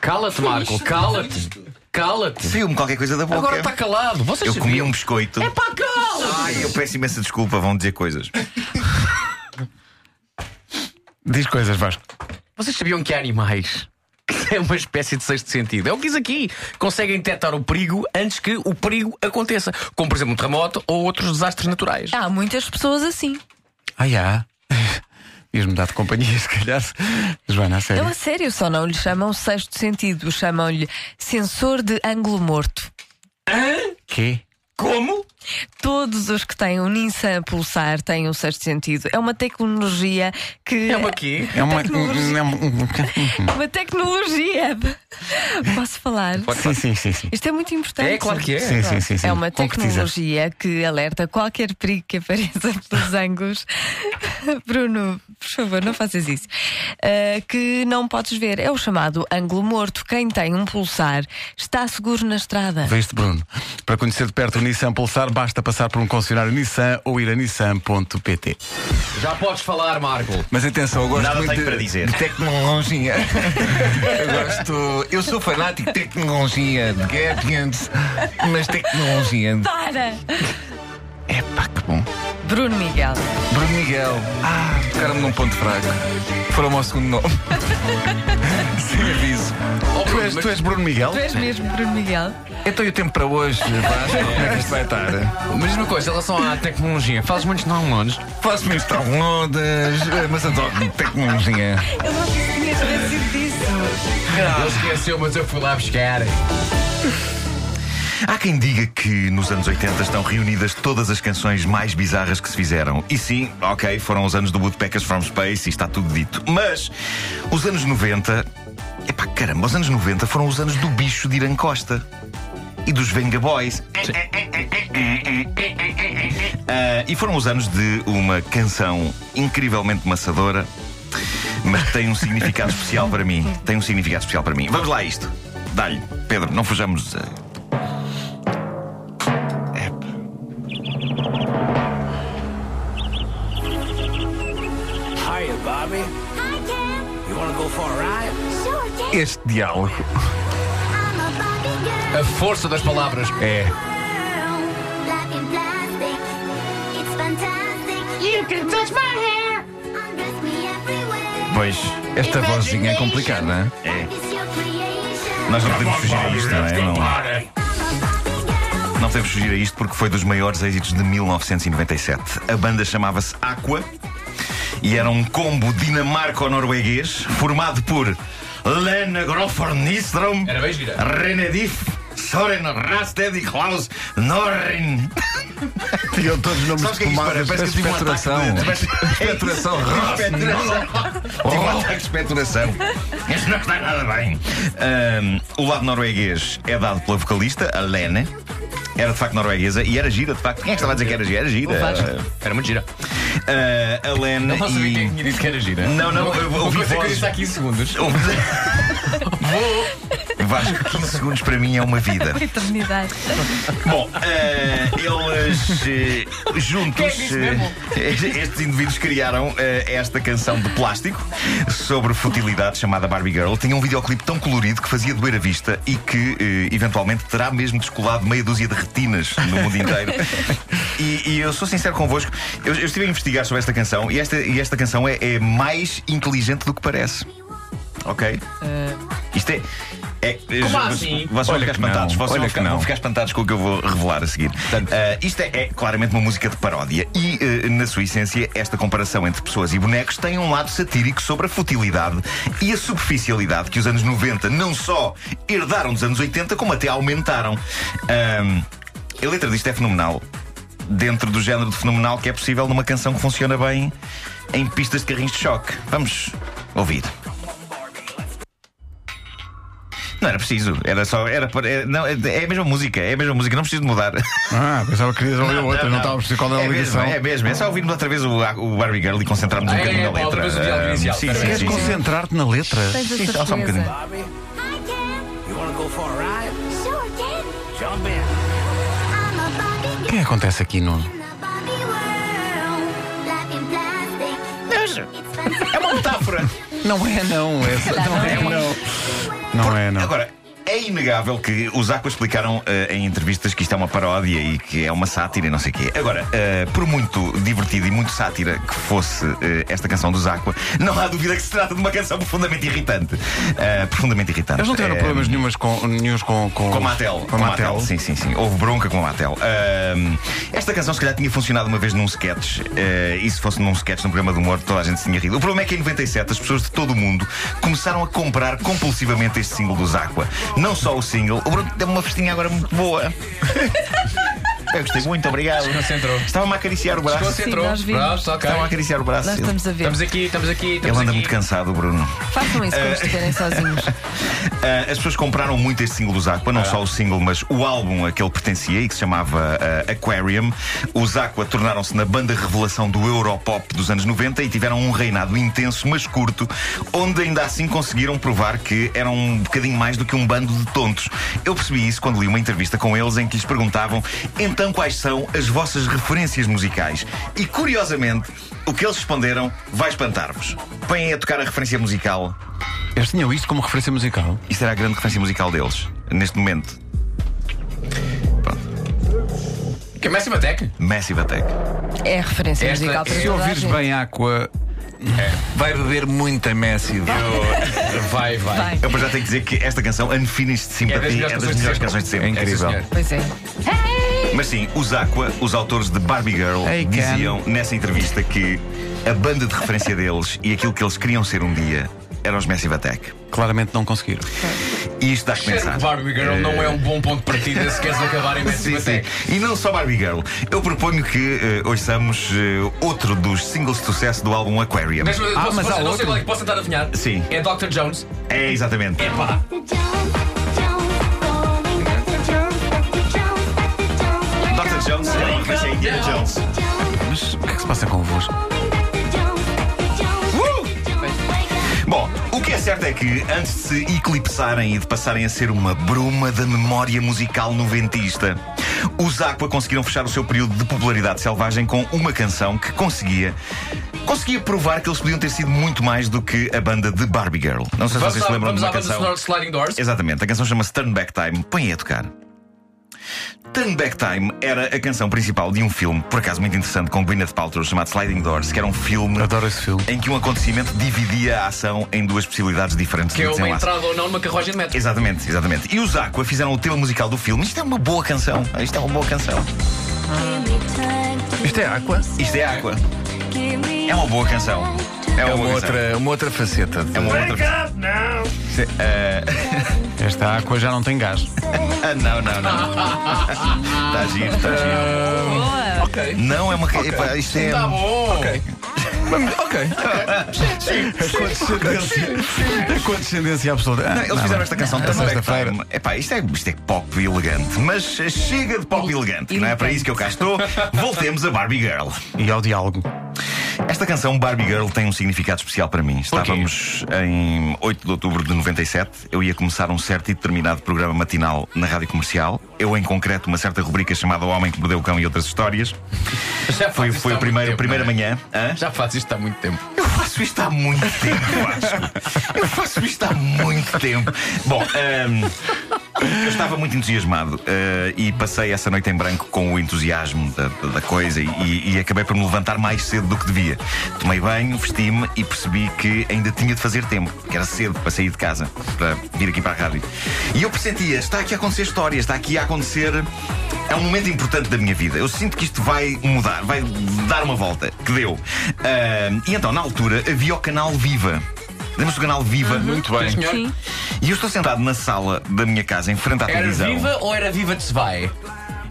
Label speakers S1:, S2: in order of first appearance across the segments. S1: Cala-te, Marco, cala-te. Cala-te.
S2: Saiu-me qualquer coisa da boca.
S1: Agora está calado. Vocês
S2: Eu comi
S1: sabiam?
S2: um biscoito.
S1: É pá, cala!
S2: Ai, eu peço imensa desculpa, vão dizer coisas.
S3: Diz coisas, Vasco.
S1: Vocês sabiam que há animais? É uma espécie de sexto sentido. É o que diz aqui. Conseguem detectar o perigo antes que o perigo aconteça. Como, por exemplo, um terremoto ou outros desastres naturais.
S4: Há muitas pessoas assim.
S3: Ah, já. Ias mudar de companhia, se calhar. Joana, a
S1: É.
S3: sério.
S4: Não, Então, a sério, só não lhe chamam sexto sentido, chamam-lhe sensor de ângulo morto.
S3: Quê?
S1: Como?
S4: Todos os que têm um Nissan pulsar têm um sexto sentido. É uma tecnologia que.
S1: É uma quê?
S3: É uma.
S4: Tecnologia.
S3: é um-
S4: Uma tecnologia. Posso falar?
S3: Sim, sim, sim, sim.
S4: Isto é muito importante.
S1: É, claro que é.
S3: Sim, sim, sim, sim.
S4: É uma
S3: Concretiza.
S4: tecnologia que alerta qualquer perigo que apareça pelos ângulos. Bruno, por favor, não faças isso. Ah, que não podes ver. É o chamado ângulo morto. Quem tem um pulsar está seguro na estrada.
S3: Veste, Bruno. Para conhecer de perto o Nissan Pulsar, basta passar por um concessionário Nissan ou ir a nissan.pt.
S1: Já podes falar, Marco.
S3: Mas atenção, eu gosto
S2: Nada
S3: muito
S2: tenho
S3: de,
S2: para dizer.
S3: de tecnologia.
S5: Eu gosto. Eu sou fanático de tecnologia, de gadgets, mas tecnologia.
S4: Para!
S5: É pá, que bom.
S4: Bruno Miguel.
S5: Bruno Miguel. Ah, tocaram-me num ponto fraco. Foram ao segundo nome. Sem aviso.
S1: Oh,
S3: tu,
S1: Bruno,
S3: és,
S1: mas-
S3: tu és Bruno Miguel? É
S4: Tu és mesmo Bruno Miguel?
S5: Então e o tempo para hoje, Vasco, como é que isto vai estar?
S1: Mas diz uma coisa, em relação à tecnologia, fazes muitos downloads.
S5: Faço-me isto ao Londres, mas adoro tecnologia.
S4: Eu não disse que tinhas vencido disso.
S1: Ele esqueceu, mas eu fui lá buscar.
S2: Há quem diga que nos anos 80 estão reunidas todas as canções mais bizarras que se fizeram. E sim, ok, foram os anos do Woodpeckers from Space e está tudo dito. Mas os anos 90. Epá, caramba, os anos 90 foram os anos do bicho de Irã Costa. E dos Venga Boys. Ah, e foram os anos de uma canção incrivelmente maçadora, mas que tem um significado especial para mim. Tem um significado especial para mim. Vamos lá a isto. Dá-lhe, Pedro, não fujamos. ah,
S6: Hiya, Bobby.
S7: Hi, Ken.
S6: You want to go for a ride?
S7: Sure, Ken.
S5: Este diálogo
S7: I'm a Barbie girl.
S1: A força das palavras.
S5: é.
S7: Life in plastic. It's fantastic. You can touch my hair. Undress me everywhere.
S2: Pois,
S5: Esta vozinha é complicada. eh.
S2: é.
S7: It's your creation.
S2: Nós não podemos fugir a isto, não é? Não,
S7: I'm a Barbie girl.
S2: não podemos fugir a isto porque foi dos maiores êxitos de 1997. A banda chamava-se Aqua e era um combo dinamarco-norueguês formado por Lena Grofornistrom,
S1: Era bem gira.
S2: René Diff, Soren Rasted e Klaus Norrin.
S3: Tinham todos os nomes
S2: Sabes o que é que isto parece? Parece que eu tive um ataque
S5: Espeturação.
S2: de- de-
S5: Espeturação.
S1: É
S2: Espeturação. Tive um
S1: Oh.
S2: ataque de espeturação. Isto não está nada bem. Ahm, o lado norueguês é dado pela vocalista, a Lene. Era de facto norueguesa e era gira, de facto. Quem é que estava a dizer que era gira? Era gira.
S1: Era muito gira.
S2: Ah, a Lene.
S1: Não sabia quem
S2: e...
S1: tinha dito que era gira.
S2: Não, não, eu
S1: Uma
S2: ouvi
S1: coisa que eu
S2: vozes.
S1: disse há 15 segundos.
S2: Ouvi- Vasco, 15 segundos para mim é uma vida.
S4: Uma eternidade.
S2: Bom, eh, eles eh, juntos.
S1: Quem é que disse mesmo?
S2: eh, estes indivíduos criaram eh, esta canção de plástico sobre futilidade chamada Barbie Girl. Tinha um videoclipe tão colorido que fazia doer a vista e que eh, eventualmente terá mesmo descolado meia dúzia de retinas no mundo inteiro. E, e eu sou sincero convosco, eu, eu estive a investigar sobre esta canção e esta, e esta canção é- é mais inteligente do que parece. Ok? Isto é. é
S1: Eh, Como
S2: eh,
S1: assim?
S2: Vocês vão
S5: Olha
S2: ficar
S5: que não,
S2: espantados. Vocês
S5: olha
S2: vão
S5: que
S2: ficar, vão
S5: não.
S2: ficar espantados com o que eu vou revelar a seguir. Eh, isto é, é claramente uma música de paródia e, eh, na sua essência, esta comparação entre pessoas e bonecos tem um lado satírico sobre a futilidade e a superficialidade que os anos 90 não só herdaram dos anos 80, como até aumentaram. Ahm, a letra disto é fenomenal. Dentro do género de fenomenal que é possível numa canção que funciona bem em pistas de carrinhos de choque. Vamos ouvir. Não era preciso, era só. Era, para- é- não, é, é a mesma música, é a mesma música, não preciso de mudar.
S3: Ah, pensava que querias ouvir outra, não estava a perceber qual era
S2: é
S3: a ligação.
S2: Mesmo, é mesmo, é só ouvirmos outra vez o, o Barbie Girl e concentrarmos um
S1: Ah, é,
S2: bocadinho
S1: é,
S2: na
S1: outra
S2: letra.
S1: vez o diálogo
S2: Ah,
S1: inicial. tá
S2: sim,
S1: Espera,
S2: sim,
S3: Queres
S2: sim, sim.
S3: concentrar-te na letra?
S4: Tens
S2: Sim,
S4: a
S2: só- só um
S4: certeza.
S2: bocadinho.
S6: Bobby,
S7: Hi, Ken.
S6: you want to go for a ride?
S7: Sure, Ken.
S6: Jump in.
S7: I'm a Barbie
S3: O
S7: girl
S3: que é que acontece aqui, Nuno?
S7: in a Barbie world. Life in plastic. It's fantastic.
S2: É uma metáfora.
S3: Não é, não. É, não é, não. Não é, não.
S2: Agora, é inegável que os Aquas explicaram eh, em entrevistas que isto é uma paródia e que é uma sátira e não sei o quê. Agora, eh, por muito divertido e muito sátira que fosse eh, esta canção dos Aqua, não há dúvida que se trata de uma canção profundamente irritante. Eh, profundamente irritante.
S3: Eles não tiveram
S2: Eh,
S3: problemas nenhumas com, nenhuns com, com,
S2: Com a Mattel.
S3: Com a Mattel.
S2: Sim, sim, sim. Houve bronca com a Mattel. Ahm, esta canção, se calhar, tinha funcionado uma vez num sketch. eh, e se fosse num sketch num programa de humor, toda a gente se tinha rido. O problema é que em 97 as pessoas de todo o mundo começaram a comprar compulsivamente este single dos Aqua. Não só o single. O Bruno deu-me uma festinha agora muito boa. Eu gostei muito, obrigado.
S1: Concentrou.
S2: Estava-me a acariciar o braço.
S1: Concentrou.
S4: nós vimos.
S1: Pronto, ok.
S2: Estava-me a acariciar o braço.
S4: Nós
S2: Ele,
S4: estamos a ver.
S1: Estamos aqui, estamos aqui,
S2: ele
S1: estamos
S2: anda
S1: aqui.
S2: muito cansado, o Bruno.
S4: Façam isso quando estiverem sozinhos.
S2: Ah, as pessoas compraram muito este single dos Aqua, não só o single, mas o álbum a que ele pertencia e que se chamava ah, Aquarium. Os Aqua tornaram-se na banda revelação do Europop dos anos 90 e tiveram um reinado intenso, mas curto, onde ainda assim conseguiram provar que eram um bocadinho mais do que um bando de tontos. Eu percebi isso quando li uma entrevista com eles em que lhes perguntavam então quais são as vossas referências musicais. E curiosamente, o que eles responderam vai espantar-vos. Põem a tocar a referência musical
S3: Eles tinham isto como referência musical.
S2: isto era a grande referência musical deles, neste momento.
S1: Que é Messi Matec?
S2: Massive Attack.
S4: É a referência
S1: Esta-
S4: musical para
S5: Se
S4: toda a
S5: ouvires
S4: Ah, gente.
S5: bem Aqua, vai beber muita Messi.
S1: Ah, Vai, vai.
S4: Vai.
S2: Eu pois já tenho que dizer que esta canção, Unfinished
S1: É das
S2: Sympathy,
S1: melhores
S2: é das
S1: canções de
S2: melhores
S1: sempre.
S2: canções de sempre.
S5: É incrível.
S1: É, sim, senhor.
S4: Pois é.
S2: Mas sim, os Aqua, os autores de Barbie Girl,
S5: Hey, Ken.
S2: diziam nessa entrevista que a banda de referência deles e aquilo que eles queriam ser um dia eram os Massive Attack.
S3: Claramente não conseguiram.
S2: E isto dá que
S1: Cheiro
S2: pensar.
S1: que Barbie Girl não é um bom ponto de partida se queres acabar em Messi
S2: Eh, Sim, sim.
S1: Matec.
S2: E não só Barbie Girl. Eu proponho que eh, ouçamos eh, outro dos singles de sucesso do álbum Aquarium.
S1: Mas, ah, posso,
S3: mas
S1: mas
S3: há
S1: posso, não sei
S3: outro.
S1: qual é que posso tentar adivinhar.
S2: Sim.
S1: É Dr. Jones.
S2: É exatamente.
S1: É pá.
S2: Dr. Jones é uma referência a Indiana Jones.
S3: Mas o que é que se passa convosco? Uh!
S2: Bom, o que é certo é que antes de se eclipsarem e de passarem a ser uma bruma da memória musical noventista, os Aqua conseguiram fechar o seu período de popularidade selvagem com uma canção que conseguia. Conseguia provar que eles podiam ter sido muito mais do que a banda de Barbie Girl. Não sei se
S1: Vamos
S2: vocês
S1: à,
S2: se lembram de
S1: vamos à
S2: uma
S1: banda
S2: canção.
S1: sonora de Sliding Doors.
S2: Exatamente, a canção chama-se Turn Back Time. Põe aí a tocar. Turn Back Time era a canção principal de um filme, por acaso muito interessante, com Gwyneth Paltrow, chamado Sliding Doors, que era um filme
S3: Adoro esse filme.
S2: em que um acontecimento dividia a ação em duas possibilidades diferentes
S1: Que
S2: de
S1: é uma
S2: desenlace.
S1: entrada ou não numa carruagem de metro.
S2: Exatamente, exatamente. E os Aqua fizeram o tema musical do filme. Isto é uma boa canção. Isto é uma boa canção.
S5: Isto é Aqua?
S2: Isto é Aqua. É uma boa canção. É uma, boa
S5: É uma
S2: canção.
S5: outra, uma outra faceta. de-
S2: É uma outra. eh,
S3: Esta água já não tem gás.
S2: Ah, não, não, não. Está giro, está giro.
S4: Boa.
S5: Ok.
S2: Não é uma. Epá, isto é.
S1: Tá bom.
S5: Ok. Vamos- Ok.
S3: A condescendência absoluta. Ah,
S2: Não, Eles
S3: não,
S2: fizeram
S3: não.
S2: esta canção
S3: Não, é
S2: também.
S3: sexta-feira.
S2: Epá, isto é, isto é pop elegante. Mas chega de pop elegante. Não é para isso que eu cá estou. Voltemos a Barbie Girl.
S3: E ao diálogo.
S2: Esta canção Barbie Girl tem um significado especial para mim.
S1: Por quê?
S2: Estávamos em 8 de outubro de 97. Eu ia começar um certo e determinado programa matinal na rádio comercial. Eu, em concreto, uma certa rubrica chamada O Homem que Mordeu o Cão e outras histórias.
S1: Já faz
S2: Foi,
S1: isto
S2: foi
S1: há
S2: a
S1: muito
S2: primeira,
S1: tempo,
S2: primeira
S1: não é?
S2: manhã. Hã?
S1: Já faz isto há muito tempo.
S2: Eu faço isto há muito tempo, Vasco. Eu faço isto há muito tempo. Bom, ehm, ahm, eu estava muito entusiasmado ah, e passei essa noite em branco com o entusiasmo da, da coisa e, e acabei por me levantar mais cedo do que devia. Tomei banho, vesti-me e percebi que ainda tinha de fazer tempo, que era cedo para sair de casa, para vir aqui para a rádio. E eu pressentia, está aqui a acontecer história, está aqui a acontecer. É um momento importante da minha vida. Eu sinto que isto vai mudar, vai dar uma volta, que deu. Ahm, e então, na altura, havia o canal Viva. Lembras do canal Viva? Muito
S5: bem.
S1: Senhor,
S4: Sim.
S2: E eu estou sentado na sala da minha casa, em frente à
S1: era
S2: televisão.
S1: viva ou era viva de se vai?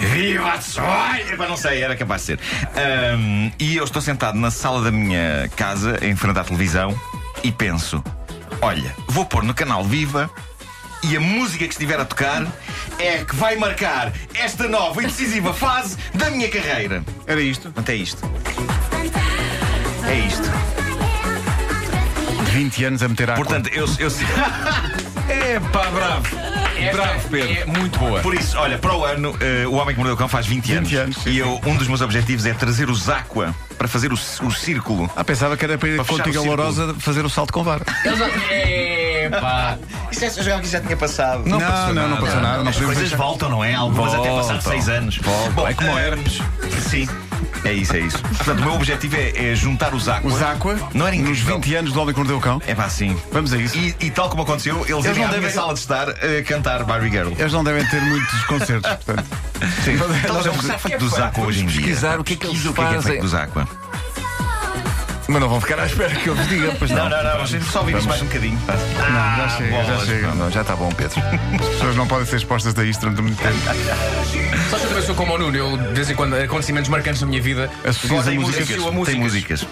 S2: Viva a Tsuai! Epá, não sei, era capaz de ser. Ahm, e eu estou sentado na sala da minha casa, em frente à televisão, e penso: olha, vou pôr no canal Viva. E a música que estiver a tocar é a que vai marcar esta nova e decisiva fase da minha carreira.
S3: Era isto?
S2: Portanto, é isto. É isto.
S3: 20 anos a meter água.
S2: Portanto, eu, eu
S5: Epá, bravo. Bravo, Pedro.
S1: É muito boa.
S2: Por isso, olha, para o ano, eh, o Homem que Mordeu o Cão faz 20,
S3: 20 anos, sim.
S2: e eu, um dos meus objetivos é trazer os Aqua para fazer o, c- o círculo
S3: Ah, pensava que era para ir
S2: Para
S3: a
S2: fechar
S3: Contiga
S2: o círculo.
S3: Lourosa fazer o salto com vara.
S1: Eles já- É Epá.
S2: Isso é, eu já, já tinha passado.
S5: Não,
S3: não, não, não passou nada. Não
S2: As
S3: podemos
S2: coisas
S3: deixar-
S2: voltam, não é? Algumas até passado
S5: Voltam.
S2: seis anos. Bom,
S5: É como o
S2: eh,
S5: Hermes.
S2: Sim. É isso, é isso. Portanto, o meu objetivo é, é juntar os Aqua.
S3: Os Aqua,
S2: Não era
S3: nos
S2: incrível.
S3: 20 anos do Homem que Mordeu o Cão,
S2: É pá, sim.
S3: vamos a isso.
S2: E, e tal como aconteceu, eles,
S3: não
S2: irem à
S3: devem-
S2: minha sala de estar a cantar Barbie Girl.
S3: Eles não devem ter muitos concertos, portanto. Sim.
S2: Então, já está feito dos Aqua hoje em dia.
S5: pesquisar o que é que eles
S2: Pesquisa o que é que é
S5: fazem.
S2: feito dos Aqua.
S5: Mas não vão ficar à espera que eu vos diga, pois
S2: Não, não, não. Vocês só ouvir isto mais um bocadinho.
S3: Não, já chega, já
S2: bolas, tá
S3: chega.
S5: Não, já está bom, Pedro.
S3: As pessoas não podem ser expostas a isto durante muito tempo.
S1: Só que eu também sou como o Nuno, eu de vez em quando acontecimentos marcantes na minha vida
S3: Associas
S1: gosto
S3: a
S1: de
S3: músicas.
S1: associo a
S2: Tem
S1: músicas.
S2: músicas.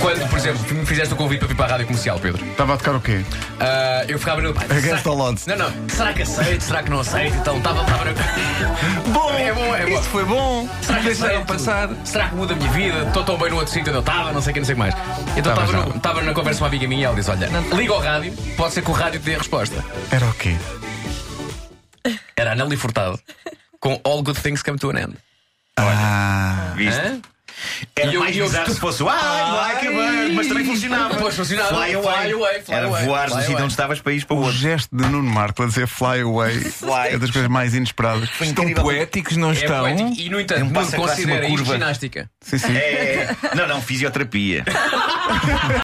S1: Quando, por exemplo, me fizeste o convite para vir para a rádio comercial, Pedro,
S3: Estava a tocar o quê?
S1: ah, eu ficava no.
S5: Against
S1: será-
S5: all odds.
S1: Não, não. Será que aceito? Será que não aceito? Então estava estava no.
S5: Bom,
S1: É bom, é bom.
S5: Isto foi bom.
S1: Será que
S5: deixaram
S1: aceito?
S5: passar.
S1: Será que muda a minha vida? Estou tão bem no outro sítio onde eu estava, não sei o que, não sei o que mais. Então
S3: Tava,
S1: estava no-
S3: já.
S1: estava na conversa com uma amiga minha e ela disse: Olha, liga ao rádio, pode ser que o rádio te dê a resposta.
S3: Era o quê?
S1: Era a Nelly Furtado com All Good Things Come to an End.
S2: Viste?
S1: Hã?
S2: Era
S1: E eu-
S2: mais
S1: e eu-
S2: bizarro se fosse "Ah, o I like a bird, mas também funcionava.
S1: Pois, funcionava.
S2: Fly away.
S1: Fly away, fly
S2: Era
S1: away,
S2: voar do
S1: fly
S2: sítio
S1: away.
S2: onde estavas para ir para o
S3: O
S2: outro.
S3: gesto de Nuno Marco a dizer fly away é das coisas mais inesperadas.
S5: Estão poéticos, não
S1: É
S5: estão?
S1: poético. E, no entanto,
S2: É um
S1: Nuno
S2: passo atrás de uma
S1: considera isto
S2: curva.
S1: ginástica.
S3: Sim, sim.
S2: É, é, é. Não, não, fisioterapia.